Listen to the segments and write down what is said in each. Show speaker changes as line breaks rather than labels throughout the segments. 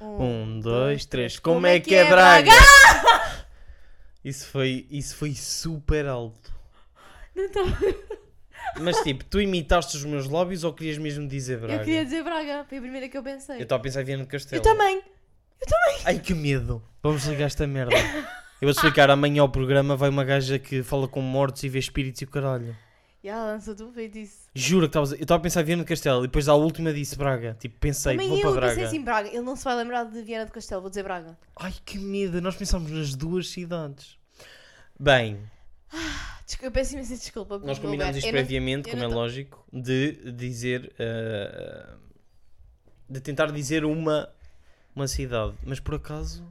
Um, dois, três. Como, é que é, Braga? Isso foi, isso foi super alto.
Não tô...
Mas tipo, tu imitaste os meus lábios ou querias mesmo dizer Braga?
Eu queria dizer Braga, foi a primeira que eu pensei.
Eu estava a pensar em Viana do Castelo.
Eu também!
Ai que medo! Vamos ligar esta merda. Eu vou explicar, amanhã ao programa vai uma gaja que fala com mortos e vê espíritos e o caralho.
E ela lançou-te um feitiço.
Juro que estavas. Eu estava a pensar em Viana do Castelo e depois à última disse Braga. Tipo, pensei,
Também
vou
eu
para
eu
Braga.
pensei assim, Braga. Ele não se vai lembrar de Viana do Castelo, vou dizer Braga.
Ai que medo! Nós pensámos nas duas cidades. Bem,
Desculpa, eu peço imensa desculpa.
nós
porque,
combinamos
Roberto,
isto
eu não-
previamente,
eu
como é
não tô-
lógico, de dizer. ah, de tentar dizer uma, uma cidade. Mas por acaso.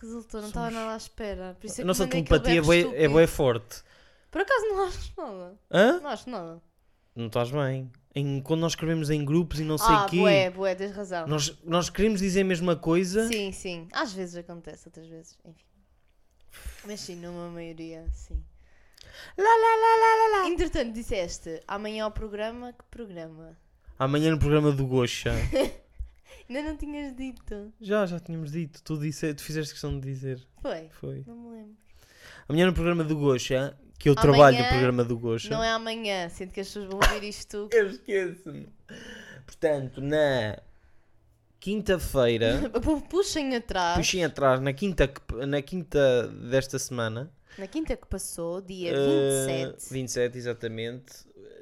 Resultou, não estava nada à espera. Por isso é
A
que
nossa
mandei aquele
telepatia é
berro
bué- é
estúpido.
bué forte.
Por acaso não acho nada.
Hã?
Não acho nada.
Não estás bem. Em- quando nós escrevemos em grupos e não sei
ah,
quê,
bué, bué, tens razão.
nós, nós queremos dizer a mesma coisa.
Sim, sim. Às vezes acontece, outras vezes, enfim. Mas sim, numa maioria, sim.
Lá, lá, lá, lá, lá, lá.
Entretanto, disseste amanhã ao programa, que programa?
Amanhã no programa do Goxa.
Ainda não tinhas dito.
já, já tínhamos dito. Tu, disse, tu fizeste questão de dizer.
Foi?
Foi.
Não me lembro.
Amanhã no programa do Goxa, que eu
Amanhã
trabalho no programa do Goxa.
Não é amanhã, sinto que as pessoas vão ouvir isto.
Eu esqueço-me. Portanto, na quinta-feira,
Pu- Puxem atrás.
puxem atrás, na quinta, que- na quinta desta semana,
Na quinta que passou, dia
Eh,
27.
27, exatamente.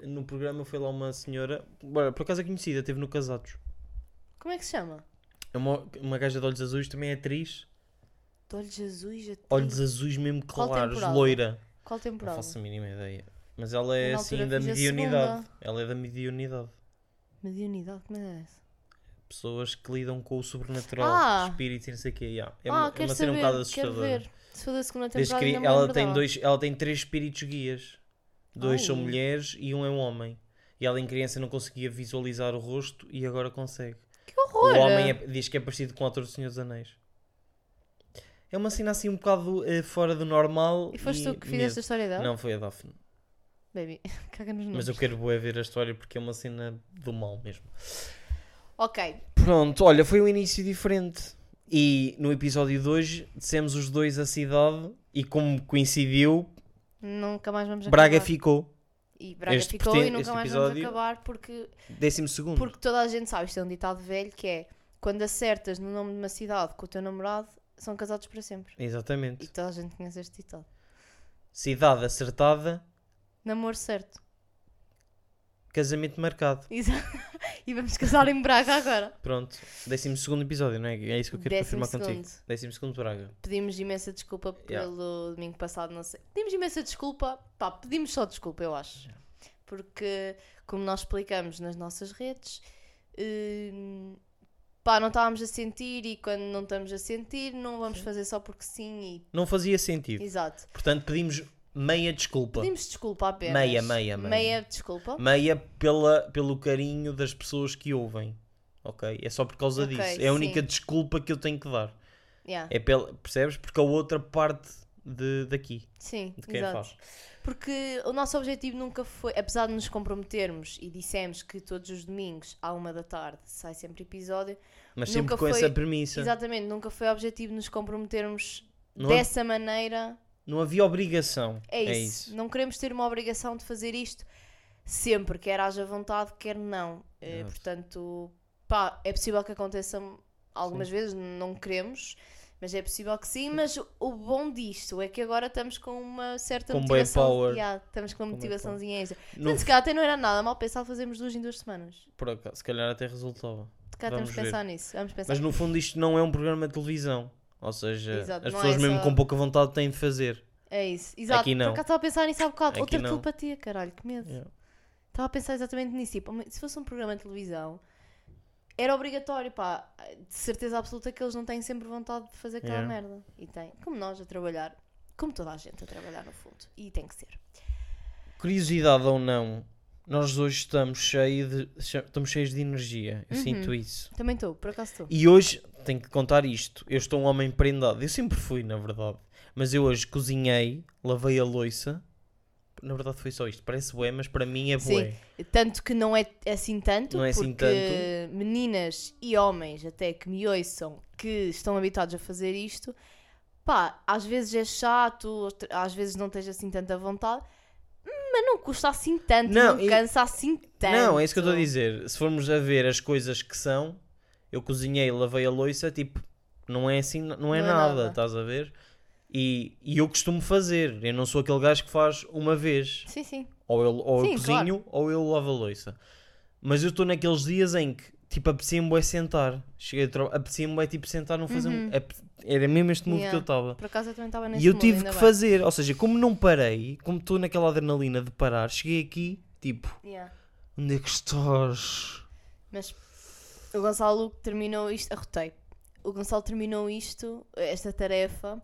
No programa foi lá uma senhora, bora, por acaso é conhecida, teve no Casados.
Como é que se chama?
É uma, uma gaja de olhos azuis, também é atriz.
De olhos azuis. atriz.
Olhos azuis mesmo
Uhum. Qual
claros,
temporada?
loira.
Qual
Não
temporada?
faço a mínima ideia. Mas ela é
Eu na
assim
altura
da
fiz a
mediunidade.
segunda.
Ela é da mediunidade.
Mediunidade, como é essa?
Pessoas que lidam com o sobrenatural,
Ah.
espíritos e não sei o quê. yeah. É,
ah,
uma, é
quero
uma cena
saber.
um bocado
quero
assustadora.
ver. Se for da segunda
Desde
temporada,
cri-
ainda me
ela
lembro
tem
dela.
dois, ela tem três espíritos guias. Dois são
Ai.
mulheres e um é um homem. E ela em criança não conseguia visualizar o rosto e agora consegue.
Que horror!
O homem é- diz que é parecido com o ator do Senhor dos Anéis. É uma cena assim um bocado eh, fora do normal.
E foste tu que fizeste a história dela?
Não, foi a Daphne.
Baby, caga nos
Mas
nomes.
eu quero bué ver a história porque é uma cena do mal mesmo.
Ok,
Pronto, olha, foi um início diferente. E no episódio de hoje dissemos os dois a cidade e como coincidiu,
nunca mais vamos
Braga
acabar.
ficou.
E Braga
Este
ficou
poten-
e nunca
este
mais
episódio-
vamos acabar porque,
Décimo segundo.
porque toda a gente sabe, isto é um ditado velho que é quando acertas no nome de uma cidade com o teu namorado, são casados para sempre. E
Exatamente.
toda a gente conhece este ditado.
Cidade acertada,
Namoro certo.
casamento marcado.
Exato. e vamos casar em Braga agora.
Pronto, décimo segundo episódio, não é? É isso que eu quero
Décimo
confirmar contigo.
segundo.
Décimo segundo Braga.
Pedimos imensa desculpa
Yeah.
pelo domingo passado, não sei. Pedimos imensa desculpa, pá, pedimos só desculpa, eu acho. Porque, como nós explicamos nas nossas redes, hum, pá, não estávamos a sentir e quando não estamos a sentir, não vamos fazer só porque sim
Não fazia
e.
sentido.
Exato.
Portanto, pedimos meia desculpa.
Pedimos desculpa apenas.
Meia, meia, meia.
Meia desculpa.
Meia pela, pelo carinho das pessoas que ouvem. Ok? É só por causa
Ok,
disso. É a única
sim.
desculpa que eu tenho que dar.
Yeah.
É pela, percebes? Porque a outra parte de, daqui,
Sim,
de quem
exato.
faz.
Porque o nosso objetivo nunca foi, apesar de nos comprometermos e dissemos que todos os domingos, à uma da tarde, sai sempre episódio,
Mas
Nunca
sempre com
foi-
essa premissa.
Exatamente, nunca foi objetivo nos comprometermos
Não, ha-
dessa maneira.
não havia obrigação.
É isso. Não queremos ter uma obrigação de fazer isto sempre, quer haja vontade, quer não. Eh,
Exato.
portanto, pá, é possível que aconteça algumas vezes, não queremos, mas é possível que sim. Mas o- o bom disto é que agora estamos com uma certa
Com bué
motivação.
power.
Yeah, estamos com uma
Com bué
motivaçãozinha extra.
Não
Portanto, se calhar até não era nada mal pensado fazermos duas em duas semanas.
Por acaso, se calhar até resultava.
Se calhar
Vamos
temos que pensar nisso. Vamos pensar.
Mas no fundo isto não é um programa de televisão. Ou seja,
Exato,
as
não
pessoas
é
mesmo
só-
com pouca vontade têm de fazer.
É isso, exato.
Aqui
Por
não.
acaso estava a pensar nisso há bocado.
Aqui
Outra
não.
telepatia, caralho, que medo.
Yeah.
Estava a pensar exatamente nisso. Tipo, se fosse um programa de televisão, era obrigatório, pá. De certeza absoluta que eles não têm sempre vontade de fazer aquela
Yeah.
merda. E têm. Como nós a trabalhar. Como toda a gente a trabalhar, no fundo. E tem que ser.
Curiosidade ou não, nós hoje estamos, cheio de, che- estamos cheios de energia.
Uhum.
Eu sinto isso.
Também estou, por acaso estou.
E hoje, tenho que contar isto. Eu estou um homem prendado. Eu sempre fui, na verdade. Mas eu hoje cozinhei, lavei a louça. Na verdade foi só isto. Parece bué, mas para mim é bué.
Tanto que não é assim tanto,
Não é assim
porque meninas e homens até que me ouçam que estão habituados a fazer isto, pá, às vezes é chato, outra- às vezes não tens assim tanta vontade, mas não custa assim tanto,
Não,
não,
e-
cansa assim tanto.
Não, é isso que eu estou a dizer. Se formos a ver as coisas que são, eu cozinhei, lavei a louça, tipo, não é assim, não é, nada, estás a ver? E, e eu costumo fazer. Eu não sou aquele gajo que faz uma vez.
Sim, sim.
Ou eu, ou eu
Sim,
cozinho, ou eu lavo a louça. Mas eu estou naqueles dias em que, tipo, apetecia-me é sentar. Cheguei a trabalhar, apetecia-me é tipo sentar, não fazer. um- ape- Era mesmo este mood que
Uhum. Yeah.
eu estava.
Por acaso eu também estava nesse
E eu
mood,
tive que
ainda bem.
fazer, ou seja, como não parei, como estou naquela adrenalina de parar, cheguei aqui, tipo,
Yeah.
onde é que estás?
Mas o Gonçalo terminou isto, arrotei. O Gonçalo terminou isto, esta tarefa,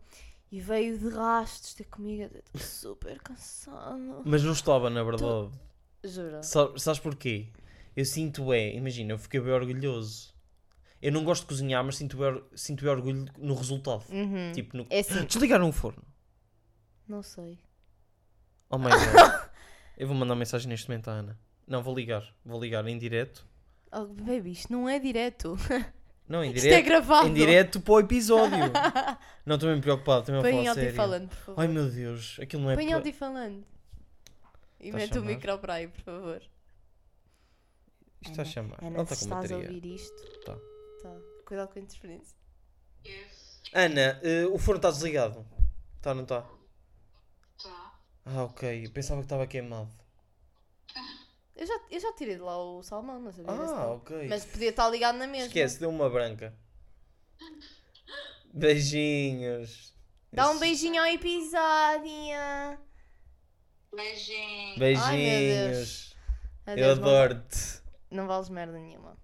e veio de rastos ter comigo. Eu tô Super cansado.
Mas não estava, na verdade.
Juro.
Sa- Sabes porquê? Eu sinto é, imagina, eu fiquei bem orgulhoso. Eu não gosto de cozinhar, mas sinto bem, or- sinto bem orgulho no resultado.
Uhum.
Tipo, no...
É assim,
desligaram o forno.
não sei.
Oh my god. eu vou mandar mensagem neste momento à Ana. Não, vou ligar. Vou ligar em direto.
Oh, baby, isto não é direto.
Não, em
Isto é
direto.
gravado.
em direto para o episódio. não, estou mesmo preocupado, também vou
Põe em
falar
alto e
sério.
falando, por favor.
Ai meu Deus, aquilo não é.
Põe em
pra-
alto e falando. E
Tá a
mete o
chamar?
micro para aí, por favor.
Isto está a
Ana,
chamar.
Ana,
Ela
se
está com
estás a
bateria.
ouvir isto.
Tá.
Tá. Cuidado com a interferência.
Ana, eh, o forno está desligado. Está, não está?
Tá.
Ah, ok. Eu pensava que estava queimado.
Eu já, eu já tirei de lá o salmão, não sabia. desse
Ah,
tal.
ok.
Mas podia estar ligado na mesma.
Esquece, deu uma branca. Beijinhos.
Dá um beijinho ao episódio.
Beijinho.
Ai, meu
Beijinhos.
Deus.
Eu
Adeus, não-
adoro-te.
Não vales merda nenhuma.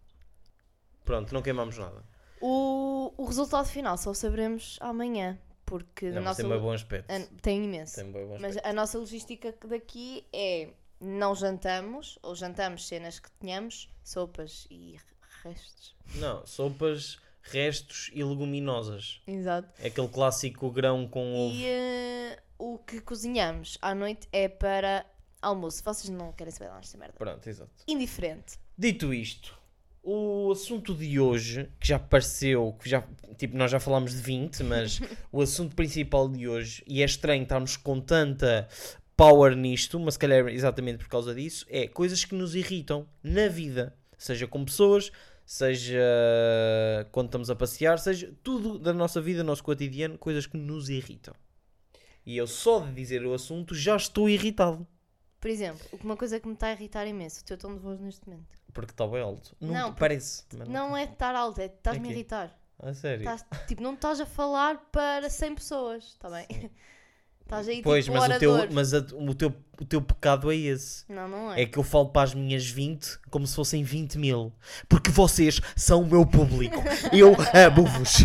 Pronto, não queimamos nada.
O, o resultado final só o saberemos amanhã. Porque a
Não, mas
nossa
tem
lo-
um bom aspecto.
a- tem imenso.
Tem um bom
Mas
aspecto.
a nossa logística daqui é não jantamos, ou jantamos cenas que tenhamos, sopas e re- restos.
Não, sopas, restos e leguminosas.
Exato.
É aquele clássico grão com ovo.
E eh, o que cozinhamos à noite é para almoço. Vocês não querem saber lá esta merda.
Pronto, exato.
Indiferente.
Dito isto, o assunto de hoje, que já pareceu, que já, tipo, nós já falámos de 20, mas o assunto principal de hoje, e é estranho estarmos com tanta power nisto, mas se calhar é exatamente por causa disso, é coisas que nos irritam na vida, seja com pessoas, seja quando estamos a passear, seja tudo da nossa vida, nosso cotidiano, coisas que nos irritam. E eu só de dizer o assunto já estou irritado.
Por exemplo, uma coisa que me está a irritar imenso, o teu tom de voz neste momento.
Porque está bem alto. Não,
Não, porque-
parece. mas
Não é estar alto, é estás-me a
Aqui.
irritar.
A sério.
Estás- tipo, não estás a falar para 100 pessoas, está bem? Estás aí
Pois,
tipo
mas, o
orador.
teu, mas a- o, teu, o teu pecado é esse.
Não, não é.
É que eu falo para as minhas 20 como se fossem 20 mil. Porque vocês são o meu público. Eu amo-vos.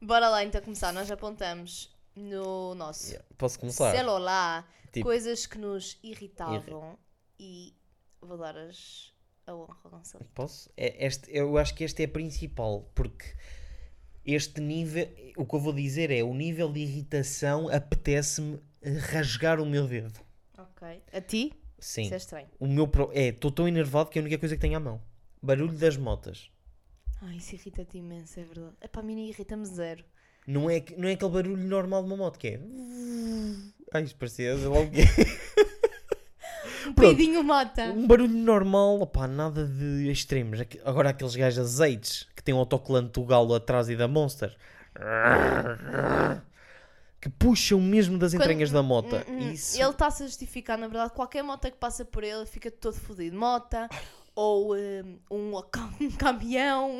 Bora lá então começar, nós apontamos no nosso
Posso começar?
é celular
Tipo-
coisas que nos irritavam e vou dar as... a honra ao Gonçalo.
Posso? É- este- eu acho que este é a principal. Porque este nível. O que eu vou dizer é: o nível de irritação apetece-me rasgar o meu dedo.
Ok. A ti?
Sim.
Isso é estranho.
O meu pro- É, estou tão enervado que é a única coisa que tenho à mão. Barulho das motas.
Ai, isso irrita-te imenso, é verdade. É para mim não irrita-me zero.
Não é, que- não é aquele barulho normal de uma moto que é. Ai, isto parecia sei lá o quê.
Um
Pronto.
pedinho mata.
Um barulho normal, opá, nada de extremos. Aqu- Agora aqueles gajos azeites que têm o autocolante do galo atrás e da Monster que puxam mesmo das entranhas da moto.
Hum, hum.
Isso.
Ele está-se a justificar, na verdade, qualquer moto que passa por ele fica todo fodido. Mota, ou hum, um, ca- um caminhão,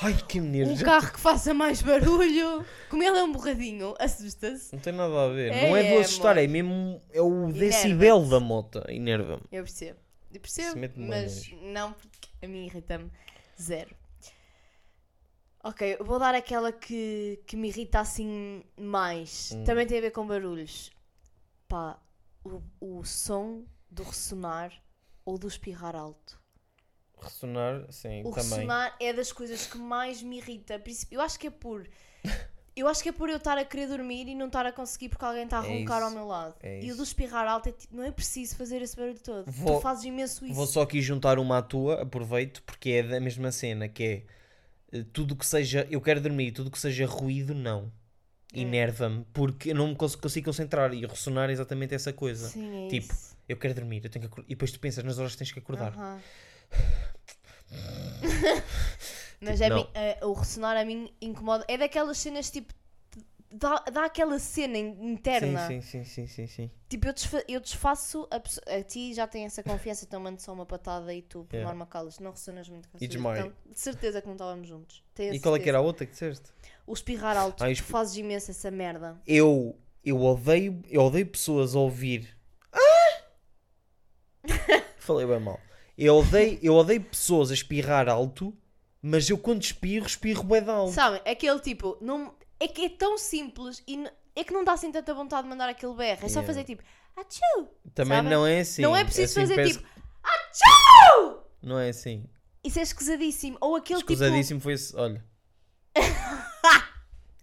Ai, que nervo.
um
já-
carro que faça mais barulho. Como ele é um borradinho, assusta-se.
Não tem nada a ver.
É,
não é do
é,
assustar, é
amor.
mesmo. É o decibel da moto. Enerva-me.
Eu percebo. Eu
Se
percebo,
mete-me
mas não porque a mim irrita-me zero. Ok, eu vou dar aquela que, que me irrita assim mais.
Hum.
Também tem a ver com barulhos. Pá, o, o som do ressonar ou do espirrar alto.
Ressonar, sim,
O
também.
ressonar é das coisas que mais me irrita. Princip- Eu acho que é por. Eu acho que é por eu estar a querer dormir e não estar a conseguir porque alguém está a
É
roncar ao
isso,
meu lado.
é
e o
isso.
do espirrar alto é tipo, não é preciso fazer esse barulho todo.
Vou-
tu fazes imenso isso.
Vou só aqui juntar uma à tua, aproveito, porque é da mesma cena, que é eh, tudo que seja. Eu quero dormir, tudo que seja ruído, não.
É.
Inerva-me, porque eu não me cons- consigo concentrar e ressonar é exatamente essa coisa.
Sim, é
Tipo,
isso.
Eu quero dormir, eu tenho que acor- E depois tu pensas nas horas que tens que acordar.
Aham. Mas
Tipo,
a
não.
mim- a- o ressonar a mim incomoda. É daquelas cenas tipo. Dá, dá aquela cena in- interna.
Sim, sim, sim, sim, sim, sim.
Tipo, eu, desfa eu desfaço. A, pesso- a ti já tem essa confiança, então mando só uma patada e tu, por
Yeah.
norma, calas. Não ressonas muito com
E
essa-
desmaio.
então, De certeza que não estávamos juntos. Tenho a
E qual é que
certeza.
era a outra que disseste?
O espirrar alto.
Ah,
tu
espi-
fazes imenso essa merda.
Eu, eu odeio, eu odeio pessoas a ouvir. Ah! Falei bem mal. Eu odeio, eu odeio pessoas a espirrar alto, mas eu quando espirro, espirro bem alto.
Sabem? Aquele tipo. Não, é que é tão simples e n- é que não dá assim tanta vontade de mandar aquele berro. É só
Yeah.
fazer tipo. Achoo!
Também
sabem?
não é assim.
não é preciso
assim,
fazer
parece-
tipo.
Não é assim.
Isso é escusadíssimo. Ou aquele tipo.
Escusadíssimo foi esse. Olha.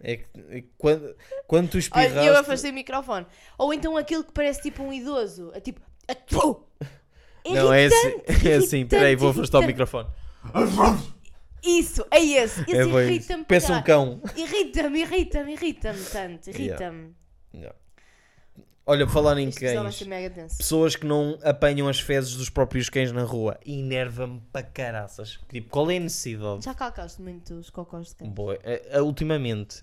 é que é que quando, quando tu espirraste.
Olha, eu afastei o microfone. Ou então aquele que parece tipo um idoso. É tipo. "Atchou!"
Não, é assim. É assim.
irritante,
Peraí, vou afastar o
irritante.
microfone.
Isso, é esse. Esse
É bem isso.
irrita-me.
Pensa um
caralho.
cão.
Irrita-me, irrita-me, irrita-me tanto. Irrita-me.
Não. Olha, por falar em
Isto precisava
cães.
ser mega denso.
pessoas que não apanham as fezes dos próprios cães na rua. Inerva-me para caraças. Tipo, qual é a necessidade?
Já calcaste muito os cocós de cães.
Boa, é- é, ultimamente,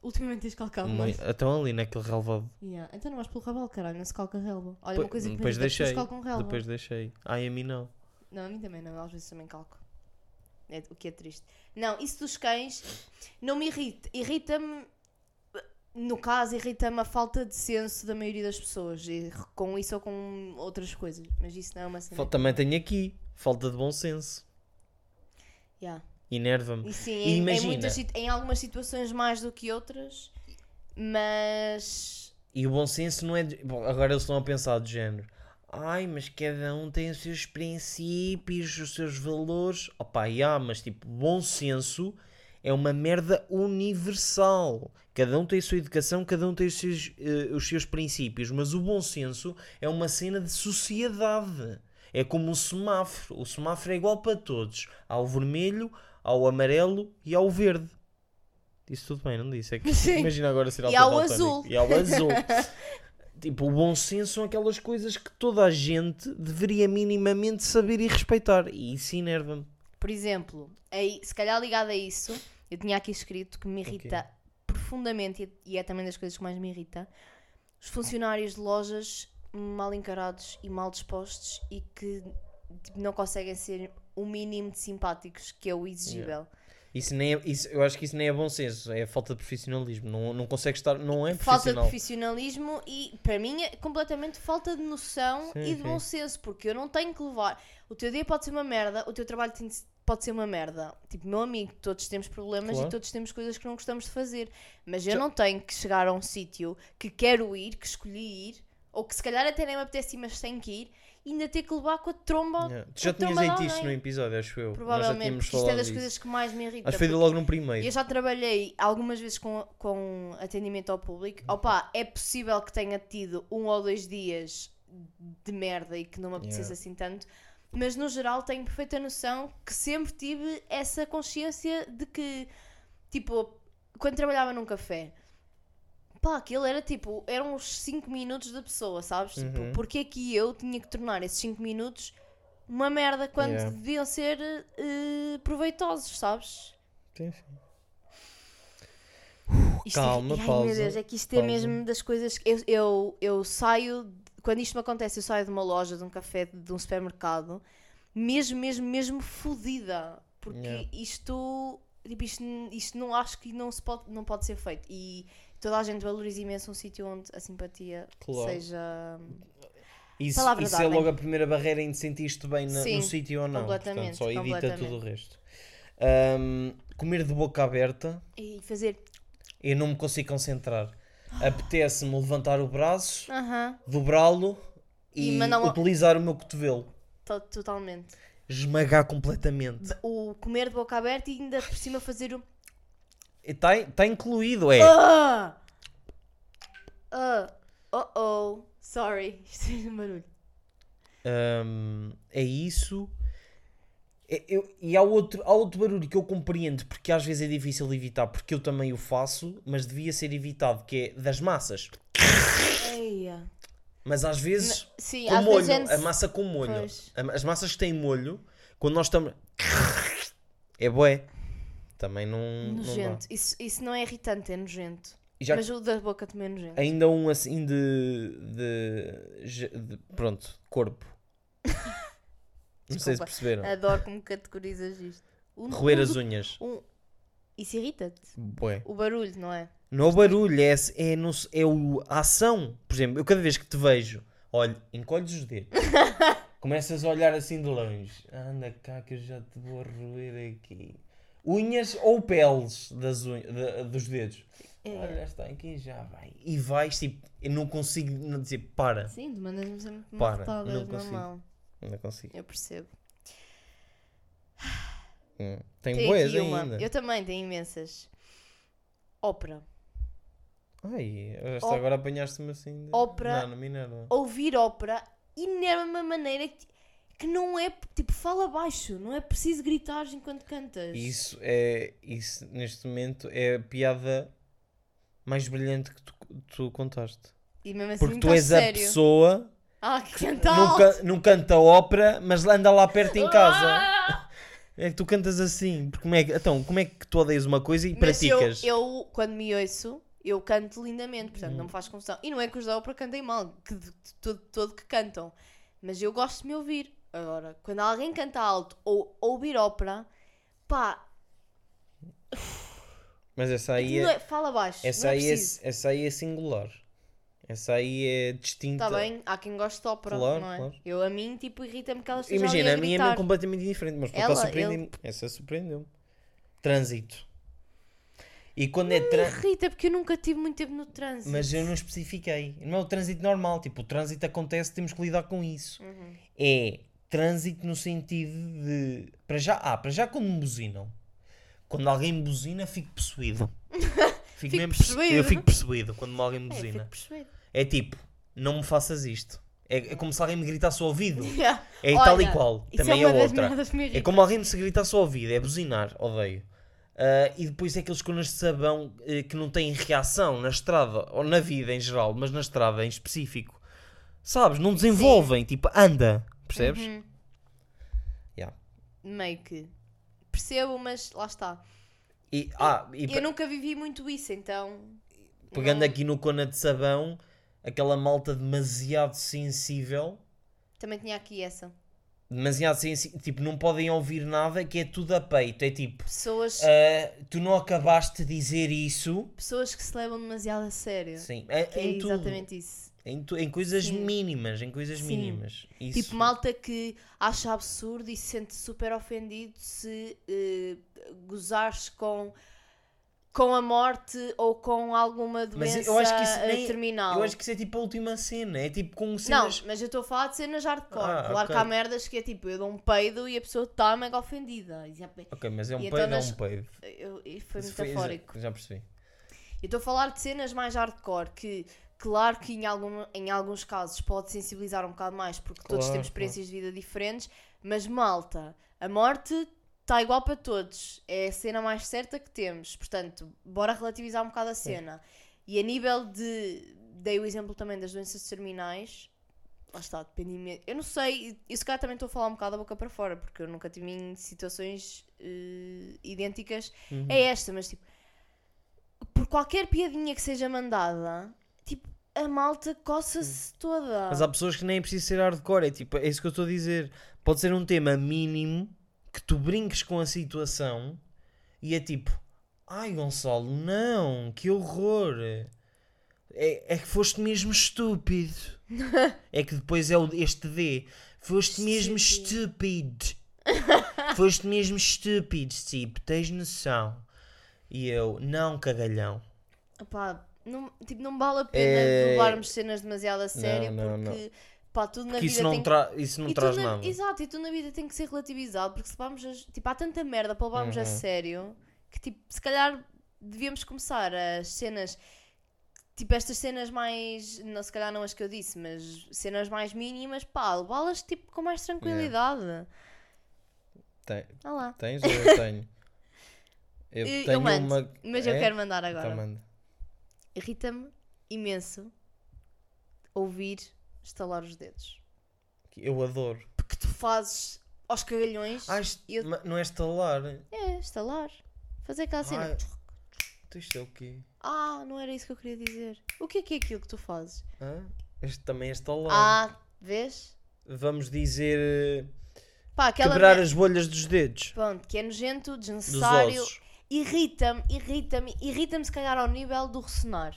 Ultimamente tens calcado
mui-
mais.
então ali naquele relvado.
Yeah. Então não vais pelo rabalo, caralho, não se calca relva. Olha, uma
Depois,
coisa é que me
depois
irrita,
deixei.
pessoas calcam relva.
Depois deixei. Ai, a mim não.
Não, a mim também não, às vezes também calco. É, o que é triste. Não, isso dos cães não me irrita. Irrita-me, no caso, irrita-me a falta de senso da maioria das pessoas. E com isso ou com outras coisas. Mas isso não é uma cena.
Fal- Também tenho aqui. Falta de bom senso.
Yeah.
Inerva-me.
E sim,
E
em, em,
imagina.
muitas situ- em algumas situações mais do que outras, mas.
E o bom senso não é. de- Bom, agora eles estão a pensar do género. Ai, mas cada um tem os seus princípios, os seus valores. Opa, já, mas tipo, bom senso é uma merda universal. Cada um tem a sua educação, cada um tem os seus, eh, os seus princípios. Mas o bom senso é uma cena de sociedade. É como o semáforo. O semáforo é igual para todos. Há o vermelho, há o amarelo e há o verde. Disse tudo bem, não disse? É que
Sim.
imagina agora ser
E há o
daltónico.
azul.
E há o azul. tipo, o bom senso são aquelas coisas que toda a gente deveria minimamente saber e respeitar. E isso enerva-me.
Por exemplo, aí, se calhar ligado a isso, eu tinha aqui escrito que me irrita profundamente e, e é também das coisas que mais me irrita. Os funcionários de lojas mal encarados e mal dispostos e que tipo, não conseguem ser o mínimo de simpáticos, que é o exigível.
Isso nem é- isso, eu acho que isso nem é bom senso, é falta de profissionalismo. Não, não consegue estar, não é
Falta de
profissional.
profissionalismo e, para mim, é completamente falta de noção
Sim,
e de bom
sim.
senso, porque eu não tenho que levar. O teu dia pode ser uma merda, o teu trabalho tem de se- pode ser uma merda. Tipo, meu amigo, todos temos problemas
Claro.
e todos temos coisas que não gostamos de fazer, mas eu não tenho que chegar a um sítio que quero ir, que escolhi ir, ou que se calhar até nem me apetece ir, mas tenho que ir, e ainda ter que levar com a tromba.
Yeah. É. Tu
com
já
a
tinhas
tromba de
dito isso no
alguém.
episódio, acho eu. Nós já
Provavelmente,
tínhamos
porque isto é
falado
das
disso.
coisas que mais me irrita.
Acho que foi
porque-
logo no primeiro.
eu já trabalhei algumas vezes com, com atendimento ao público. Opa, é possível que tenha tido um ou dois dias de merda e que não me apetecesse
Yeah.
assim tanto, mas no geral tenho perfeita noção que sempre tive essa consciência de que, tipo, quando trabalhava num café, pá, aquilo era tipo, eram os 5 minutos da pessoa, sabes?
Uhum.
Tipo, porque é que eu tinha que tornar esses 5 minutos uma merda quando
Yeah.
deviam ser eh, proveitosos, sabes?
Sim, sim.
Isto
Calma,
é, ai,
pausa,
Meu Deus, é que isto é
pausa.
mesmo das coisas que eu, eu, eu saio, quando isto me acontece, eu saio de uma loja, de um café, de um supermercado, mesmo, mesmo, mesmo fodida. Porque
Yeah.
isto, tipo, isto, isto não acho que não, se pode, não pode ser feito. E toda a gente valoriza imenso um sítio onde a simpatia
Claro.
seja.
Isso,
Palavra
isso
de
é
ordem.
logo a primeira barreira em te sentir-te bem na-
Sim,
no sítio ou não. Portanto,
completamente,
só evita
completamente.
tudo o resto. Ahm, comer de boca aberta.
E fazer.
Eu não me consigo concentrar. Apetece-me levantar o braço,
Aham,
dobrá-lo e,
E mandar uma-
utilizar o meu cotovelo.
to- totalmente.
Esmagar completamente.
O comer de boca aberta e ainda por cima fazer o.
Está tá incluído, é.
Ah! Ah! Oh oh! Sorry, isto fez um barulho.
Ahm, é isso. É- eu- e há outro, há outro barulho que eu compreendo porque às vezes é difícil de evitar, porque eu também o faço, mas devia ser evitado, que é das massas.
Eia.
Mas às vezes
Sim,
com
às
molho,
vezes é nece-
a massa com molho.
Pois.
A- As massas que têm molho, quando nós estamos. É bué. Também não. não dá.
nojento. isso, isso não é irritante, é nojento.
E já
Mas o da boca também é nojento.
ainda um assim de. de, ge- de- pronto, corpo. não sei se
Desculpa. Ah,
perceberam.
Adoro como categorizas isto. Um,
Roer
um-
as unhas.
um- Isso irrita-te.
Bué.
O barulho, não é?
Não é o barulho, é, esse- é, no, é o, a ação. Por exemplo, eu cada vez que te vejo, olho, encolhes os dedos. Começas a olhar assim de longe. Anda cá que eu já te vou roer aqui. Unhas ou peles das unhas, dos dedos.
É.
Olha, está aqui já vai. E vais tipo, eu não consigo não dizer para.
Sim, tu mandas-me sempre
Para,
marretadas
não
na
consigo.
mão.
Não consigo.
Eu percebo.
Hum. Tem
Tem
boas
aqui uma.
ainda.
Eu também tenho imensas. Ópera.
Ai, esta
Ó-
agora apanhaste-me assim. De...
Ópera-
Não, não me não.
Ouvir ópera e na mesma maneira que, que não é. Tipo, fala baixo. Não é preciso gritar enquanto cantas.
Isso é. Isso neste momento é a piada mais brilhante que tu, tu contaste.
E mesmo assim,
Porque tu
estás
és a
sério.
pessoa
Ah, que
que
cantar
não,
alto.
can- não canta ópera, mas anda lá perto em casa.
Ah!
É que tu cantas assim. Porque como é que, então, como é que tu odeias uma coisa e
Mas eu,
praticas?
eu, quando me ouço, eu canto lindamente, portanto
Uhum.
não me faz confusão. E não é que os da ópera cantem mal, que de, de todo, todo que cantam. Mas eu gosto de me ouvir. Agora, quando alguém canta alto ou ouvir ópera, pá,
Mas essa aí
não
é,
é- fala baixo.
essa
não é
aí é,
preciso.
essa aí é singular. Essa aí é distinta.
Está Tá bem, há quem goste de ópera,
Claro,
não é?
claro.
Eu, a mim, tipo, irrita-me que ela esteja
Imagina, a
ali a
minha é
gritar.
mesmo completamente diferente, mas por
Ela,
acaso surpreendeu-me. Essa surpreendeu-me. Trânsito. E quando é
Me
trânsito.
irrita porque eu nunca tive muito tempo no trânsito.
Mas eu não especifiquei. Não é o trânsito normal. Tipo, o trânsito acontece, temos que lidar com isso.
Uhum.
É trânsito no sentido de. Para já, ah, para já quando me buzinam. Quando alguém me buzina, fico possuído. Fico,
Fico
possu- Eu
possuído.
fico possuído quando alguém me
É, fico
buzina.
percebido.
É, tipo, não me faças isto. É, é como se alguém me gritasse ao ouvido.
Yeah.
É tal e
Olha,
qual.
Isso
Também
é
é,
uma das
outra.
merdas que me
É
irrita.
como alguém me se gritasse ao ouvido, é buzinar, odeio. Ah, e depois é aqueles conas de sabão eh, que não têm reação na estrada, ou na vida em geral, mas na estrada em específico. Sabes? Não desenvolvem, tipo, anda. Percebes?
Uhum.
Yeah.
meio que percebo, mas lá está.
E, ah, e pe-
Eu nunca vivi muito isso, então.
pegando aqui no cona de sabão, aquela malta demasiado sensível.
Também tinha aqui essa.
Demasiado sensível, tipo, não podem ouvir nada que é tudo a peito. É tipo,
Pessoas,
ah, tu não acabaste de dizer isso.
pessoas que se levam demasiado a sério.
Sim, é,
Que é
em tudo.
exatamente isso.
Em, tu- em coisas
Sim.
mínimas, em coisas
Sim.
mínimas. Isso.
Tipo, malta que acha absurdo e se sente super ofendido se eh, gozares com, com a morte ou com alguma
Mas
doença
eu acho que isso
eh,
nem-
terminal.
Eu acho que isso é tipo a última cena. É tipo com
Não,
cenas.
mas eu estou a falar de cenas hardcore.
Ah,
claro
ok.
que há merdas que é tipo, eu dou um peido e a pessoa está mega ofendida. E é-
Ok, mas é um
E
peido,
então
é
nós-
um peido.
Eu, e foi
Isso foi-
metafórico.
já, já percebi.
Eu estou a falar de cenas mais hardcore, que claro que em, algum, em alguns casos pode sensibilizar um bocado mais, porque todos
Claro,
temos experiências de vida diferentes, mas malta, a morte está igual para todos. É a cena mais certa que temos. Portanto, bora relativizar um bocado a cena. E a nível de. Dei o exemplo também das doenças terminais. Lá está, depende imen- Eu não sei, eu se calhar também estou a falar um bocado da boca para fora, porque eu nunca tive em situações eh, idênticas
Uhum.
a esta, mas tipo, por qualquer piadinha que seja mandada, tipo, a malta coça-se toda.
Mas há pessoas que nem é preciso ser hardcore. É tipo, é isso que eu estou a dizer. Pode ser um tema mínimo que tu brinques com a situação e é tipo, ai Gonçalo, não, que horror. É, é que foste mesmo estúpido. é que depois é o, este D. Foste mesmo estúpido. foste mesmo estúpido, tipo, tens noção. E eu, não, cagalhão.
Pá, não, tipo, não vale a pena
É-
levarmos cenas demasiado a sério,
não,
porque pá, tudo na
Que
vida
isso não,
tem que-
tra- isso não
e
traz
tudo na-
nada.
Exato, e tudo na vida tem que ser relativizado, porque se vamos a- tipo, há tanta merda para levarmos a
Uhum.
sério que tipo, se calhar devíamos começar as cenas tipo estas cenas mais não, se calhar não as que eu disse, mas cenas mais mínimas, pá, levá-las tipo com mais tranquilidade.
Te-
Olá.
tens ou eu tenho? Eu
Eu
tenho
mando,
uma.
Mas eu
É?
quero mandar agora.
Então manda.
Irrita-me imenso ouvir estalar os dedos.
Eu adoro.
Porque tu fazes aos cagalhões.
Ah, isto-
e eu-
ma- não é estalar.
É, estalar. Fazer aquela cena.
Tu isto é o quê?
Ah, não era isso que eu queria dizer. O que é que é aquilo que tu fazes?
Hã? Este também é estalar.
Ah, vês?
Vamos dizer. eh,
Pá, aquela.
Quebrar
me-
as bolhas dos dedos.
Pronto, que é nojento,
Dos
desnecessário.
ossos.
Irrita-me, irrita-me, irrita-me se calhar ao nível do ressonar.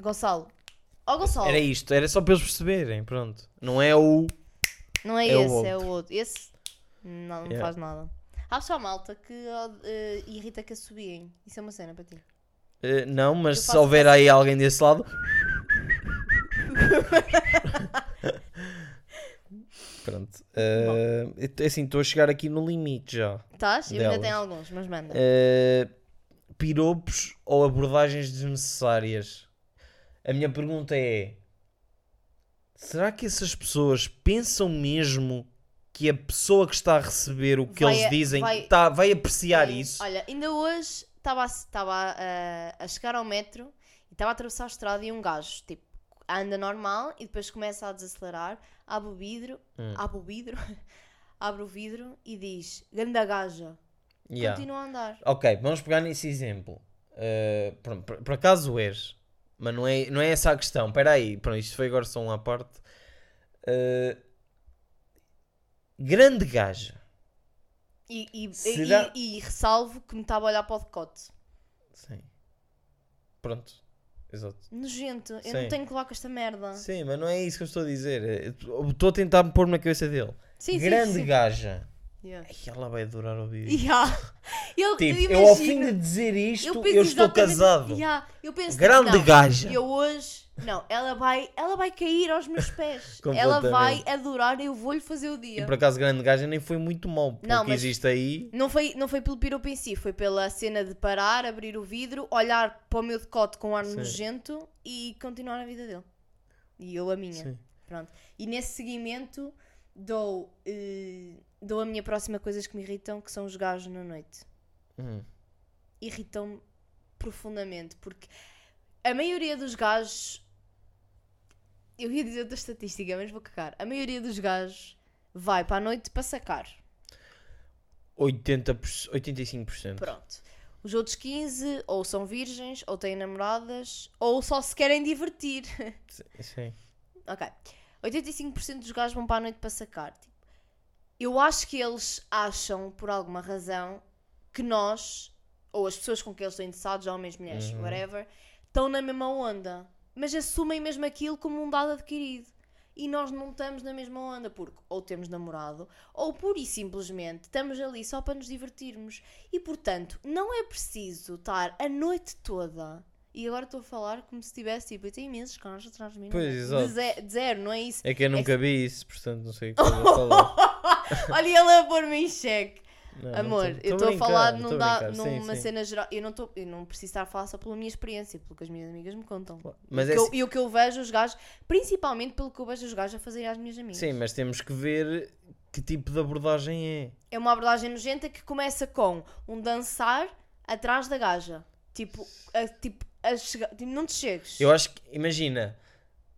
Gonçalo. Ó Gonçalo.
Era isto, era só para eles perceberem, pronto. Não é o.
Não é,
É o É.
esse, é o outro. Esse não, não
Yeah.
faz nada. Há só malta que ó, eh, irrita que assobiem. Isso é uma cena para ti.
Eh, não, mas
Eu
se
faço- assim.
houver aí alguém desse lado. pronto. eh, eu t- assim, estou a chegar aqui no limite já.
Estás? Eu ainda
Delas.
tenho alguns, mas manda.
Eh, piropos ou abordagens desnecessárias? A minha pergunta é: será que essas pessoas pensam mesmo que a pessoa que está a receber o que
Vai
eles
a-
dizem
vai-
tá- vai apreciar
Sim.
isso?
Olha, ainda hoje estava a, estava a- a chegar ao metro e estava a atravessar a estrada e um gajo, tipo, anda normal e depois começa a desacelerar, abre o vidro,
Hum.
abre o vidro, abre o vidro e diz, ganda gaja,
Yeah.
continua a andar.
Ok, vamos pegar nesse exemplo. Uh, pronto, por, por acaso és, mas não é, não é essa a questão. Espera aí, pronto, isto foi agora só uma parte. Uh, grande gaja.
E, e- e-
Será-
e- e ressalvo que me estava a olhar para o decote.
Sim. Pronto, exato.
Nojento, eu
Sim.
não tenho que levar com esta merda.
Sim, mas não é isso que eu estou a dizer. É, Eu Estou a tentar me pôr na cabeça dele.
Sim,
grande
sim, sim.
gaja.
Yeah.
Ai, ela vai adorar ouvir isto.
Yeah. Eu,
Tipo,
eu
eu ao fim
imagino-
de dizer isto, eu,
penso
estou
exatamente-
casado.
Yeah, eu penso,
Grande
tipo, não,
gaja.
Eu hoje, não, ela vai, ela vai cair aos meus pés. ela
Completamente.
vai adorar, eu vou-lhe fazer o
E
dia.
por acaso, grande gaja nem foi muito mal. Porque
Não, mas-
existe aí.
Não foi, não foi pelo piropo em si, foi pela cena de parar, abrir o vidro, olhar para o meu decote com ar
Sim.
nojento e continuar a vida dele. E eu a minha.
Sim.
Pronto. E nesse seguimento dou, eh, dou a minha próxima coisas que me irritam, que são os gajos na noite.
Hum.
irritam-me profundamente porque a maioria dos gajos eu ia dizer outra estatística, mas vou cagar. A maioria dos gajos vai para a noite para sacar.
80%, 85%.
Pronto. Os outros 15 ou são virgens, ou têm namoradas, ou só se querem divertir.
Sim.
ok. 85% dos gajos vão para a noite para sacar. Tipo, eu acho que eles acham, por alguma razão, que nós, ou as pessoas com quem eles estão interessados, homens, mulheres,
Uhum.
whatever, estão na mesma onda. Mas assumem mesmo aquilo como um dado adquirido. E nós não estamos na mesma onda, porque ou temos namorado, ou pura e simplesmente estamos ali só para nos divertirmos. E portanto, não é preciso estar a noite toda. E agora estou a falar como se tivesse tipo, eu tenho imensos caras atrás de mim. não
Pois,
é?
exato.
De, ze- de zero, não é isso?
É que eu nunca vi isso, portanto não sei é o que eu vou falar.
Olha ele a pôr-me em xeque.
Não, não
Amor,
tô- tô
eu estou a
brincar,
falar
não
num
tô
da-
brincar, sim,
numa
sim.
cena geral. Eu não, tô, eu não preciso estar a falar só pela minha experiência, pelo que as minhas amigas me contam.
Mas
E
é
que eu-
assim-
e o que eu vejo os gajos, principalmente pelo que eu vejo os gajos a fazerem às minhas amigas.
Sim, mas temos que ver que tipo de abordagem é.
É uma abordagem nojenta que começa com um dançar atrás da gaja. Tipo, a- tipo, a chega- tipo, não te chegues.
Eu acho que, imagina,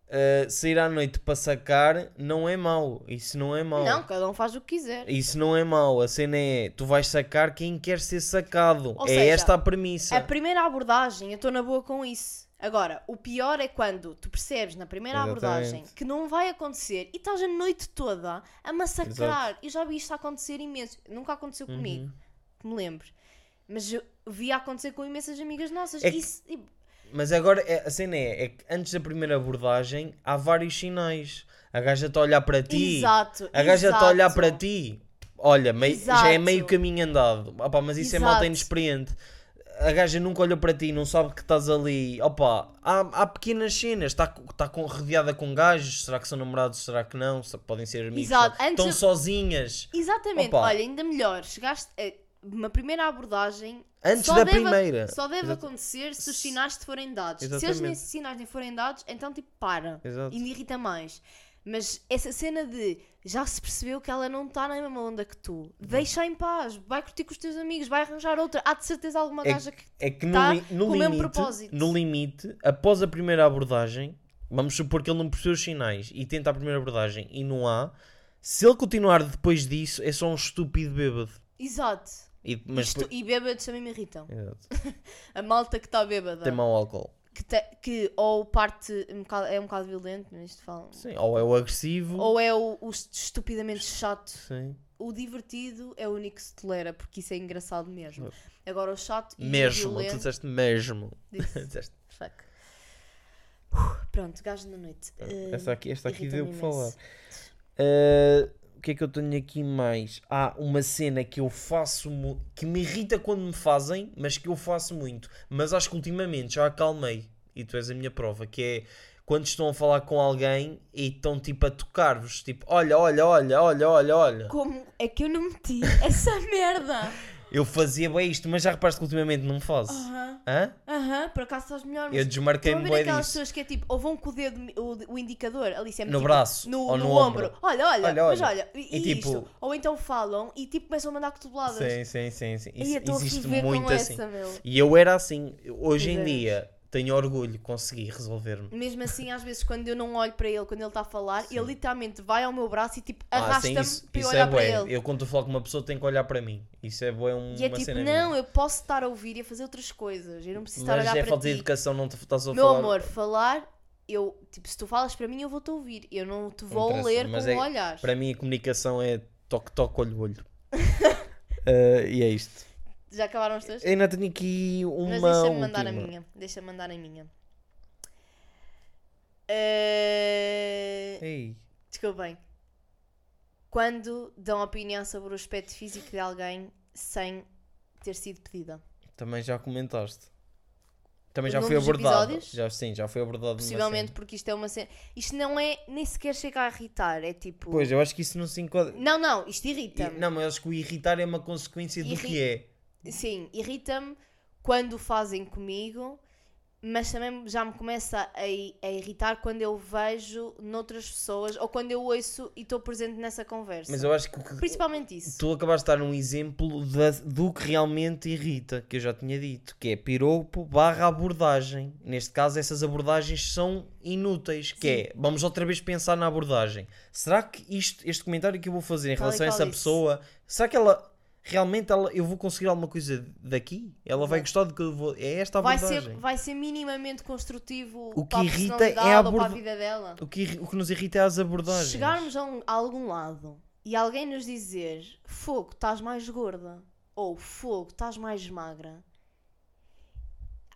uh, sair à noite para sacar não é mau. Isso não é mau.
Não, cada um faz o que quiser.
Isso não é mau. A cena é tu vais sacar quem quer ser sacado.
Ou
é
seja,
esta a premissa.
A primeira abordagem, eu estou na boa com isso. Agora, o pior é quando tu percebes na primeira
Exatamente.
abordagem que não vai acontecer e estás a noite toda a massacrar. Eu já vi isto acontecer imenso. Nunca aconteceu
Uhum.
comigo, que me lembro. Mas eu vi acontecer com imensas amigas nossas.
É que-
Isso- e-
Mas agora é- a cena é, é que antes da primeira abordagem há vários sinais. A gaja está a olhar para ti.
Exato.
A gaja está a olhar
exato.
para ti. Olha, mei- já é
Exato.
meio caminho andado. Opa, mas isso é malta
Exato.
inexperiente. A gaja nunca olhou para ti, não sabe que estás ali. Opa, há, há pequenas cenas. Está tá com, rodeada com gajos. Será que são namorados? Será que não? Se- Podem ser amigos.
Exato.
será-
Antes
Estão
eu-
sozinhas.
Exatamente,
Opa.
olha, ainda melhor, chegaste a uma primeira abordagem.
Antes
só
da
deve-
primeira.
Só deve
Exato.
acontecer se os sinais te forem dados. Se eles
Exatamente.
nem sinais nem forem dados, então tipo para.
Exato.
E me irrita mais. Mas essa cena de já se percebeu que ela não está na mesma onda que
Uhum.
tu, deixa em paz, vai curtir com os teus amigos, vai arranjar outra. Há de certeza alguma
É-
gaja que.
É que no,
Tá
li- no
com o mesmo
limite,
propósito.
no limite, após a primeira abordagem, vamos supor que ele não percebeu os sinais e tenta a primeira abordagem e não há, se ele continuar depois disso, é só um estúpido bêbado.
Exato.
E, mas
Isto- é E bêbados também me irritam.
depois- Exato.
A malta que está bêbada.
tem mau álcool.
Que, te- que ou parte um bocado- é um bocado violento, mas isto falam.
Sim, ou é o agressivo.
Ou é o, o estupidamente chato.
Sim.
O divertido é o único que se tolera, porque isso é engraçado mesmo.
Claro.
Agora o chato e o
Mesmo, tu
violento.
disseste mesmo.
Disse,
Disseste,
fuck. Uh, pronto, gajo da noite. Uh,
esta aqui, esta aqui deu
irrita-me
o que falar.
imenso.
Ah, o que é que eu tenho aqui mais? Há uma cena que eu faço mu- que me irrita quando me fazem, mas que eu faço muito. Mas acho que ultimamente já acalmei. E tu és a minha prova, que é quando estão a falar com alguém e estão tipo a tocar-vos, tipo, olha, olha, olha, olha, olha, olha.
Como é que eu não meti essa merda?
Eu fazia bem isto, mas já reparaste que ultimamente não me faço.
Aham,
Hã?
aham, por acaso estás melhor.
Eu
Ah, mas- Estão a
desmarquei-me
ver
bem
aquelas
disso.
pessoas que é tipo, ou vão com o dedo, o, o indicador, ali sempre
No
tipo,
braço,
no,
ou
no
no
ombro.
ombro.
Olha, olha,
Olha,
mas
olha.
olha, e,
E
e
tipo-
isto? Ou então falam e tipo começam a mandar cotoveladas.
Sim, sim, sim, sim.
Ei, eu
Isso,
estou a
existe
viver com
muito assim.
essa, meu.
E eu era assim. Hoje em
Pois é.
dia tenho orgulho, de conseguir resolver-me.
Mesmo assim, às vezes, quando eu não olho para ele, quando ele está a falar, ele literalmente vai ao meu braço e tipo
Ah, sim,
arrasta-me
isso,
para eu
isso
olhar
é
para
bué.
ele.
Eu quando falo com uma pessoa tenho que olhar para mim. Isso é bué um-
E é
uma
tipo,
cena
não,
minha.
eu posso estar a ouvir e a fazer outras coisas. Eu não preciso estar a
Mas
olhar
é
para
falta de
ti.
educação, não te estás a
Meu
falar.
amor, falar, eu, tipo, se tu falas para mim, eu vou-te ouvir. Eu não te vou
interessa,
ler
mas
com o
é-
olhar.
Para mim a comunicação é toque-toque, olho-olho. Ah, e é isto.
Já acabaram as tuas?
Ainda tenho aqui é uma
Mas deixa-me
última.
mandar a minha. Deixa-me mandar a minha. Eh,
Ei,
Desculpem. Quando dão opinião sobre o aspecto físico de alguém sem ter sido pedida.
também já comentaste. Também
O
já fui
número dos
abordado.
episódios?
Já, sim, já fui abordado. numa
Possivelmente
cena.
porque isto é uma cena. Isto não é. Nem sequer chega a irritar. É tipo.
Pois, eu acho que isso não se enquadra.
Não, não. Isto
E-
irrita-me.
Não, mas acho que o irritar é uma consequência do
Então. Irri-
que é.
Sim, irrita-me quando o fazem comigo, mas também já me começa a, i- a irritar quando eu vejo noutras pessoas ou quando eu ouço e estou presente nessa conversa.
Mas eu acho que o que-
Principalmente isso.
tu acabaste de dar um exemplo da- do que realmente irrita, que eu já tinha dito, que é piropo barra abordagem. Neste caso, essas abordagens são inúteis, que é, vamos outra vez pensar na abordagem. Será que isto, este comentário que eu vou fazer em
Tal e
relação a
qual é
essa
isso.
pessoa, será que ela... Realmente ela, eu vou conseguir alguma coisa daqui? Ela vai
Vai.
gostar do que eu vou. É esta a
Vai
abordagem.
ser, vai ser minimamente construtivo
O que
para a
irrita é
personalidade
a
ou para a
aborda-
vida dela.
O, que, irri- o que nos irrita é as abordagens.
Chegarmos a, um- a algum lado e alguém nos dizer fogo, estás mais gorda ou fogo, estás mais magra.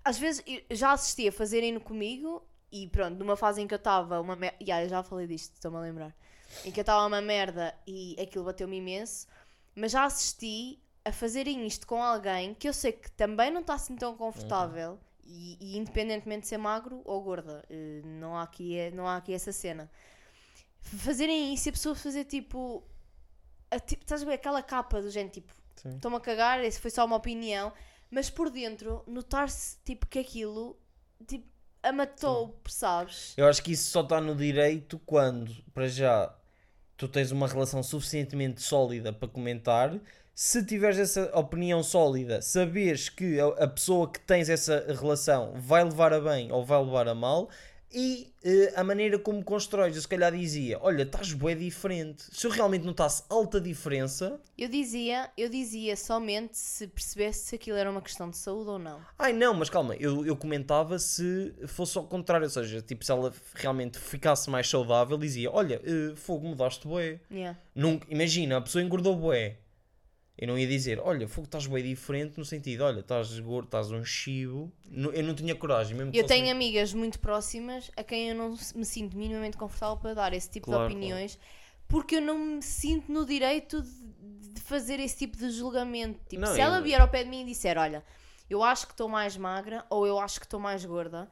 Às vezes eu já assisti a fazerem comigo e pronto, numa fase em que eu estava uma merda. eu já falei disto, estou-me a lembrar. Em que eu estava uma merda e aquilo bateu-me imenso, mas já assisti a fazerem isto com alguém que eu sei que também não está assim tão confortável. E, e independentemente de ser magro ou gorda, eh, não há aqui, eh, não há aqui essa cena fazerem isso e a pessoa fazer tipo. A, tipo estás a ver aquela capa do género tipo.
Sim.
Estou-me a cagar, isso foi só uma opinião. Mas por dentro, notar-se tipo que aquilo tipo, a matou, percebes?
Eu acho que isso só está no direito quando, para já, tu tens uma relação suficientemente sólida para comentar. Se tiveres essa opinião sólida, saberes que a, a pessoa que tens essa relação vai levar a bem ou vai levar a mal. E eh, a maneira como constróis, eu se calhar dizia: Olha, estás bué diferente. Se eu realmente notasse alta diferença,
Eu dizia, eu dizia somente se percebesse se aquilo era uma questão de saúde ou não.
Ai não, mas calma, eu, eu comentava se fosse ao contrário, ou seja, tipo, se ela realmente ficasse mais saudável, dizia: Olha, eh, fogo, mudaste bué.
Yeah.
Nunca- imagina, a pessoa engordou bué. Eu não ia dizer: Olha, fogo, estás bué diferente, no sentido, olha, estás gordo, estás um chibo. Nu- Eu não tinha coragem, mesmo que
Eu
fosse
tenho amigas muito próximas a quem eu não se- me sinto minimamente confortável para dar esse tipo
Claro,
de opiniões porque eu não me sinto no direito de, de fazer esse tipo de julgamento. Tipo,
Não,
se ela
eu-
vier ao pé de mim e disser: Olha, eu acho que estou mais magra ou eu acho que estou mais gorda,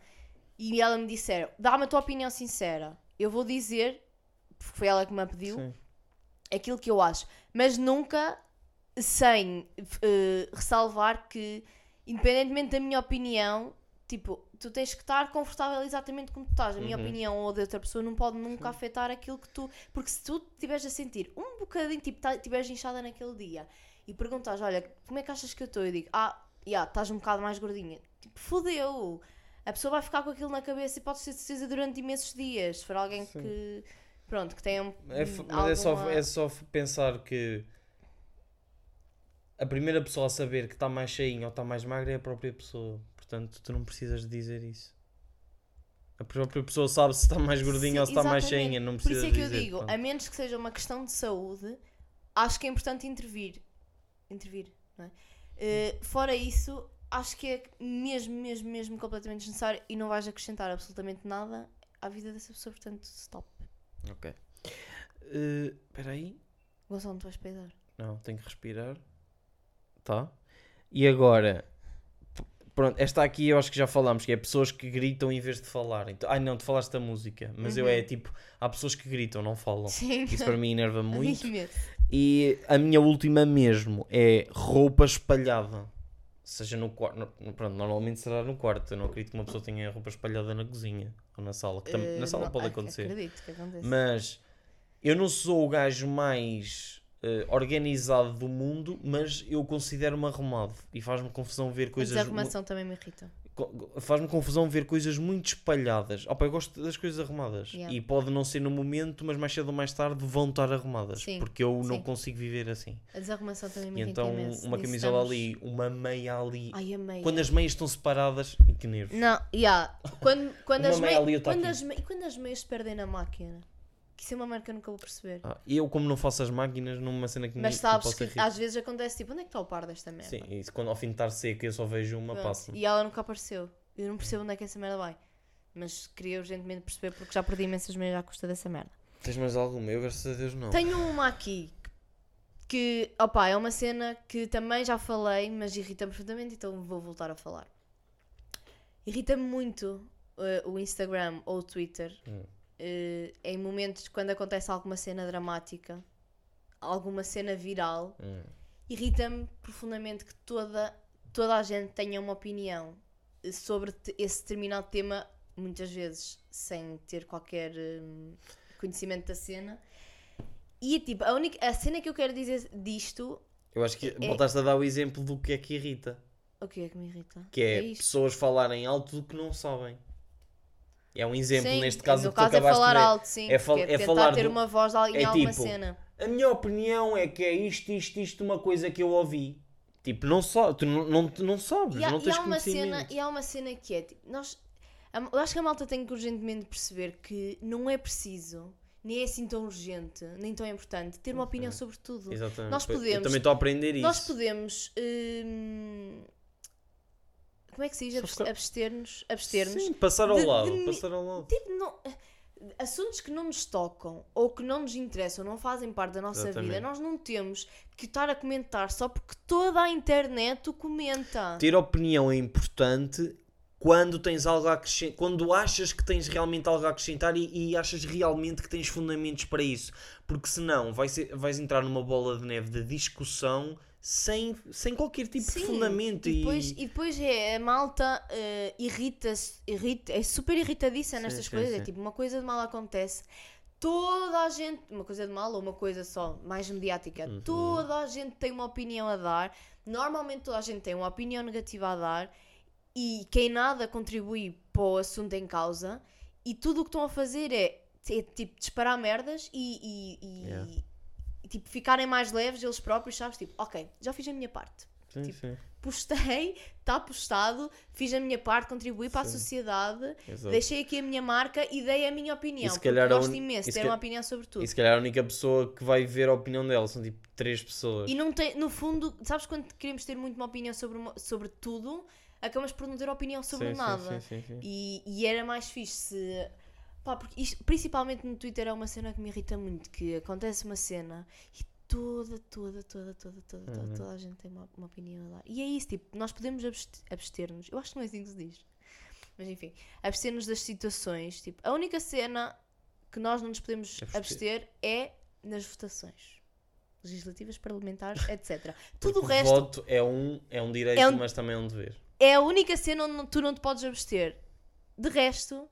e ela me disser: Dá-me a tua opinião sincera, eu vou dizer, porque foi ela que me a pediu,
Sim.
aquilo que eu acho, mas nunca sem eh, ressalvar que, independentemente da minha opinião, Tipo, tu tens que estar confortável exatamente como tu estás. A minha
Uhum.
opinião ou a de outra pessoa não pode nunca afetar aquilo que tu. Porque se tu estiveres a sentir um bocadinho, tipo, estiveres inchada naquele dia e perguntas, olha, como é que achas que eu estou? Eu digo, ah, já, estás um bocado mais gordinha. Tipo, fodeu! A pessoa vai ficar com aquilo na cabeça e pode ser certeza durante imensos dias. Se for alguém
Sim.
que. Pronto, que tenha um.
É f- mas é só,
alguma-
é só f- pensar que a primeira pessoa a saber que está mais cheinha ou está mais magra é a própria pessoa. Portanto, tu não precisas de dizer isso. A própria pessoa sabe se está mais gordinha
Sim,
ou se está mais
exatamente.
cheinha, não
Por
precisa
isso é que
dizer.
eu digo,
portanto.
a menos que seja uma questão de saúde, acho que é importante intervir. Intervir, não é? Eh, fora isso, acho que é mesmo, mesmo, mesmo completamente desnecessário e não vais acrescentar absolutamente nada à vida dessa pessoa, portanto, stop.
Ok. Eh, Espera aí.
Gonçalo, não te vais peidar.
Não, tenho que respirar. Tá. E agora? P- Pronto, esta aqui eu acho que já falámos, que é pessoas que gritam em vez de falarem. Tu- Ai não, tu falaste da música, mas eu é tipo, há pessoas que gritam, não falam.
Uhum. Sim. Uhum.
Isso para mim enerva muito.
Mesmo.
E a minha última mesmo é roupa espalhada. Seja no quarto, no- no- pronto, normalmente será no quarto. Eu não acredito que uma pessoa tenha roupa espalhada na cozinha ou na sala, que tam-
Eh,
na sala
não,
pode
ac-
acontecer.
Acredito que acontece.
Mas eu não sou o gajo mais eh, organizado do mundo, mas eu considero-me arrumado e faz-me confusão ver
a
coisas. mu-
desarrumação também me irrita.
co- Faz-me confusão ver coisas muito espalhadas. Opa, eu gosto das coisas arrumadas.
Yeah.
E pode não ser no momento, mas mais cedo ou mais tarde vão estar arrumadas.
Sim,
Porque eu não
sim.
consigo viver assim.
A desarrumação também me
E
irrita.
então,
imenso.
uma
Nisso
camisola
estamos.
ali, uma meia ali.
Ai, amei.
Quando as meias estão separadas, e que nervos.
Não, yeah. quando, quando,
Uma
as
meia
mei-
ali, outra
quando
aqui.
as me- E quando as meias se perdem na máquina? Que isso é uma marca que eu nunca vou perceber.
Ah, eu, como não faço as máquinas, numa cena que
Mas
me-
sabes
possa
que
irritar.
às vezes acontece tipo, onde é que está o par desta merda?
Sim, isso quando ao fim de estar seco eu só vejo uma,
Pronto,
passa
E ela nunca apareceu. Eu não percebo onde é que essa merda vai. Mas queria urgentemente perceber porque já perdi imensas meias à custa dessa merda.
Tens mais alguma? Eu, graças a Deus, não.
Tenho uma aqui que, opá, é uma cena que também já falei, mas irrita-me profundamente, então vou voltar a falar. Irrita-me muito eh, o Instagram ou o Twitter
Hum.
eh, em momentos quando acontece alguma cena dramática, alguma cena viral.
Hum.
Irrita-me profundamente que toda, toda a gente tenha uma opinião eh, sobre te- esse determinado tema, muitas vezes sem ter qualquer hum, conhecimento da cena. E tipo, a, única, a cena que eu quero dizer disto.
Eu acho
É,
que voltaste a dar o exemplo do que é que irrita.
O que é que me irrita?
Que é,
isto.
pessoas falarem alto do que não sabem. É um exemplo,
Sim,
neste caso,
no
do que tu
caso é
acabaste
falar
de ver.
alto, sim.
É fal-
que
é
tentar
falar
ter
do-
uma voz al- em
é
alguma
tipo,
cena.
A minha opinião é que é isto, isto, isto, uma coisa que eu ouvi. Tipo, não só, tu não, não, tu não sabes,
E há,
não
e
tens
há uma cena,
conhecimento.
e há uma cena que é tipo, nós, a- eu acho que a malta tem que urgentemente perceber que não é preciso, nem é assim tão urgente, nem tão importante, ter uma opinião sobre tudo.
Exatamente.
Nós
Pois, Eu
podemos-
também estou a aprender isso.
Nós podemos. hum, como é que se diz?
Só
Abs-
ficar-
Abster-nos. Abster-nos.
Sim, passar ao
de-
lado,
de-
passar ao lado.
Tipo, não- assuntos que não nos tocam ou que não nos interessam, não fazem parte da nossa vida,
Exatamente.
nós não temos que estar a comentar só porque toda a internet o comenta.
Ter opinião é importante quando tens algo a acrescentar, quando achas que tens realmente algo a acrescentar e, e achas realmente que tens fundamentos para isso, porque senão vais, ser- vais entrar numa bola de neve de discussão sem, sem qualquer tipo de
Sim,
fundamento
E
e...
depois, e depois é, a malta eh, irrita-se, irrita, é super irritadiça
Sim,
nestas
sim,
coisas. É
sim.
tipo, uma coisa de mal acontece, toda a gente, uma coisa de mal ou uma coisa só mais mediática,
Uhum.
toda a gente tem uma opinião a dar. Normalmente toda a gente tem uma opinião negativa a dar e quem nada contribui para o assunto em causa. E tudo o que estão a fazer é, é tipo disparar merdas e, e- e-
Yeah.
e, tipo ficarem mais leves eles próprios, sabes? Tipo, ok, já fiz a minha parte
Sim,
tipo,
sim,
postei, está postado, fiz a minha parte, contribuí para a
Sim.
sociedade,
exato.
deixei aqui a minha marca e dei a minha opinião.
E se
porque
calhar a
gosto
un-
imenso
e
de
se
ter
ca-
uma opinião sobre tudo.
E se calhar a única pessoa que vai ver a opinião dela são tipo três pessoas.
E não tem, no fundo, sabes quando queremos ter muito uma opinião sobre, uma- sobre tudo, acabamos por não ter opinião sobre
Sim, sim,
nada.
sim, sim, sim.
E, e era mais fixe se. Pá, porque isto, principalmente no Twitter é uma cena que me irrita muito, que acontece uma cena e toda, toda, toda, toda, toda,
Uhum.
toda, toda a gente tem uma, uma opinião a dar. E é isso, tipo, nós podemos abst- abster-nos, eu acho que não é assim que se diz, mas enfim, abster-nos das situações, tipo, a única cena que nós não nos podemos
Abster.
abster é nas votações. Legislativas, parlamentares, etc. Tudo o
Porque
resto
voto é um, é um direito,
É um-
mas também é um dever.
é a única cena onde não- tu não te podes abster. De resto,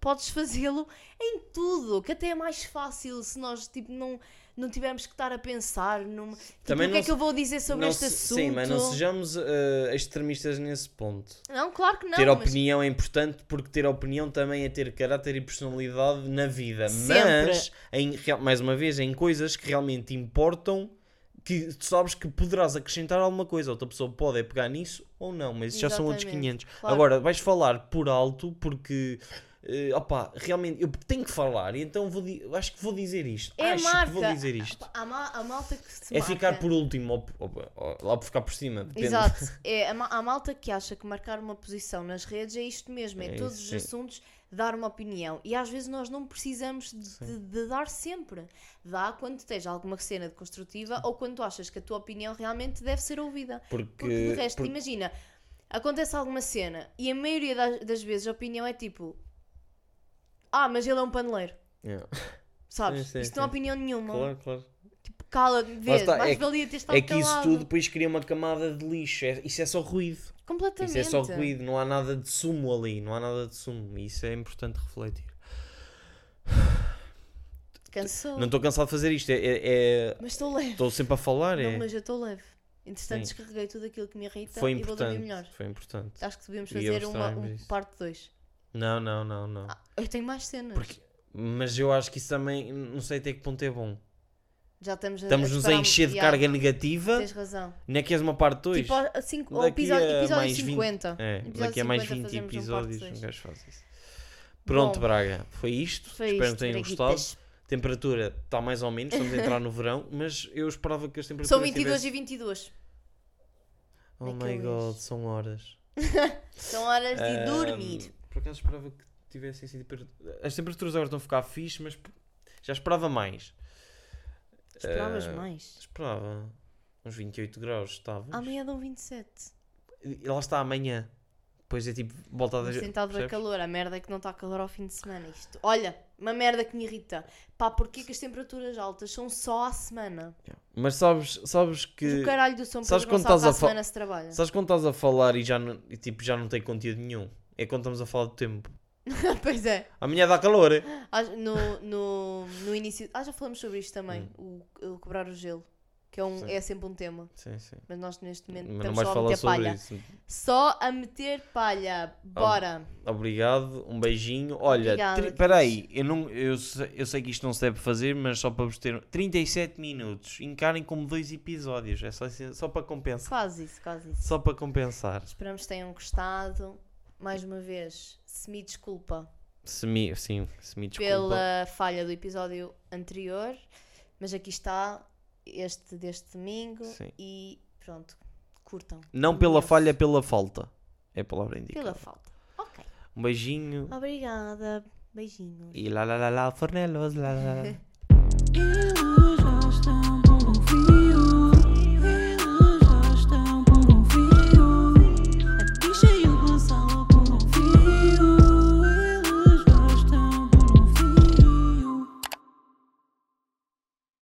podes fazê-lo em tudo, que até é mais fácil se nós tipo, não, não tivermos que estar a pensar num. Tipo,
Também
o que
não
é que
se-
eu vou dizer sobre
Não se-
este assunto?
Sim, mas não sejamos eh, extremistas nesse ponto.
Não, claro que não.
ter
mas
opinião é importante porque ter opinião também é ter caráter e personalidade na vida.
Sempre.
Mas, em, real- mais uma vez, em coisas que realmente importam, que tu sabes que poderás acrescentar alguma coisa. Outra pessoa pode é pegar nisso ou não, mas isso já são outros
Exatamente,
500.
claro.
Agora, vais falar por alto porque. eh, opa, realmente eu tenho que falar, e então vou di- acho que vou dizer isto.
É
acho
marca.
que vou dizer isto.
Há, ma- há malta que se
é
marca.
ficar por último ou, ou- ou- lá por ficar por cima. Depende.
Exato. É, a, ma- há malta que acha que marcar uma posição nas redes é isto mesmo, é,
É
todos
isso,
os
sim.
assuntos dar uma opinião. E às vezes nós não precisamos de, de dar sempre. Dá quando tens alguma cena de construtiva ou quando tu achas que a tua opinião realmente deve ser ouvida.
Porque,
Porque de resto,
porque-
imagina, acontece alguma cena e a maioria das, das vezes a opinião é tipo: Ah, mas ele é um paneleiro.
Yeah.
Sabes?
Sim, sim,
Isto não há
sim.
opinião nenhuma.
Claro, claro.
Cala-te, vês.
está,
Mais
é que-
valia ter estado
É que isso
Tá calado.
tudo depois cria uma camada de lixo. É- isso é só ruído.
Completamente.
Isso é só ruído. Não há nada de sumo ali. Não há nada de sumo. Isso é importante refletir.
Cansou.
Não estou cansado de fazer isto. Estou é, é-
Mas estou leve.
estou sempre a falar.
Não,
é-
mas eu estou leve. Entretanto,
Sim.
descarreguei tudo aquilo que me irrita
foi
e vou dormir
importante.
melhor. Tá.
Foi importante.
Acho que devíamos
E
fazer
hoje
uma
sabemos
um
isso.
parte 2.
Não, não, não, não.
Eu tenho mais cenas.
Porque- Mas eu acho que isso também. Não sei até que ponto é bom.
Eh, Já estamos a
Estamos-nos a
disparar-
encher de
Ya,
carga negativa.
Tens razão.
Não é que és uma parte 2.
Tipo, ao- a cinco, ao
Daqui
episódio,
a
episódio
mais
50.
É,
Episódio
daqui a mais
50
20
fazemos um parte
episódios.
dois.
Um gajo faz isso. Pronto,
Bom,
Braga. Foi isto.
Foi
Espero
isto,
que tenham gostado.
breguitas.
Temperatura está mais ou menos, estamos a entrar no verão, mas eu esperava que as temperaturas.
São 22
tivessem-
e um, 22.
Oh my
naqueles.
god, são horas.
São horas de
Ahm,
dormir.
Por acaso esperava que tivessem sido. hiper- As temperaturas agora estão a ficar fixe, mas p- já esperava mais.
Esperavas
ah,
mais.
Esperava. Uns 28 graus estava.
Amanhã dão 27.
E lá está amanhã. Depois é tipo, volta a.
Mas
dez-
Sentado a
percebes?
calor, a merda é que não está calor ao fim de semana. Isto, olha, uma merda que me irrita. Pá, porquê que as temperaturas altas são só à semana?
Mas sabes, sabes
O
que.
caralho do São Pedro
sabes
não
quando
sabe
estás
que à
a fa-
semana se trabalha.
Sabes quando estás a falar e já não, e, tipo, já não tem conteúdo nenhum? É quando estamos a falar do tempo.
pois é.
Amanhã dá calor. eh?
Às- No, no, no início... Ah, já falamos sobre isto também. O, o quebrar o gelo. Que é, um,
Hum. Sim.
é sempre um tema.
Sim, sim.
Mas nós neste momento
Mas não vais
estamos Então só a
falar
meter
sobre
palha.
isso.
Só a meter palha. Bora.
Obrigado, um beijinho. Olha,
Obrigada,
tri- espera aí, eu, não, eu, se- eu sei que isto não se deve fazer, mas só para vos ter um, 37 minutos, encarem como dois episódios, é só, assim- só para compensar.
Quase isso, quase isso.
Só para compensar.
Esperamos que tenham gostado. Mais uma vez, se me desculpa.
Se me, sim, se me desculpa.
pela falha do episódio anterior, mas aqui está este deste domingo
Sim.
e pronto, curtam.
Não pela
Imenso.
falha, pela falta. É a palavra indicada.
Pela Ah. falta. Ok.
Um beijinho
Obrigada. Beijinhos.
e lá lá lá lá, fornelos lá lá lá.
Eles gostam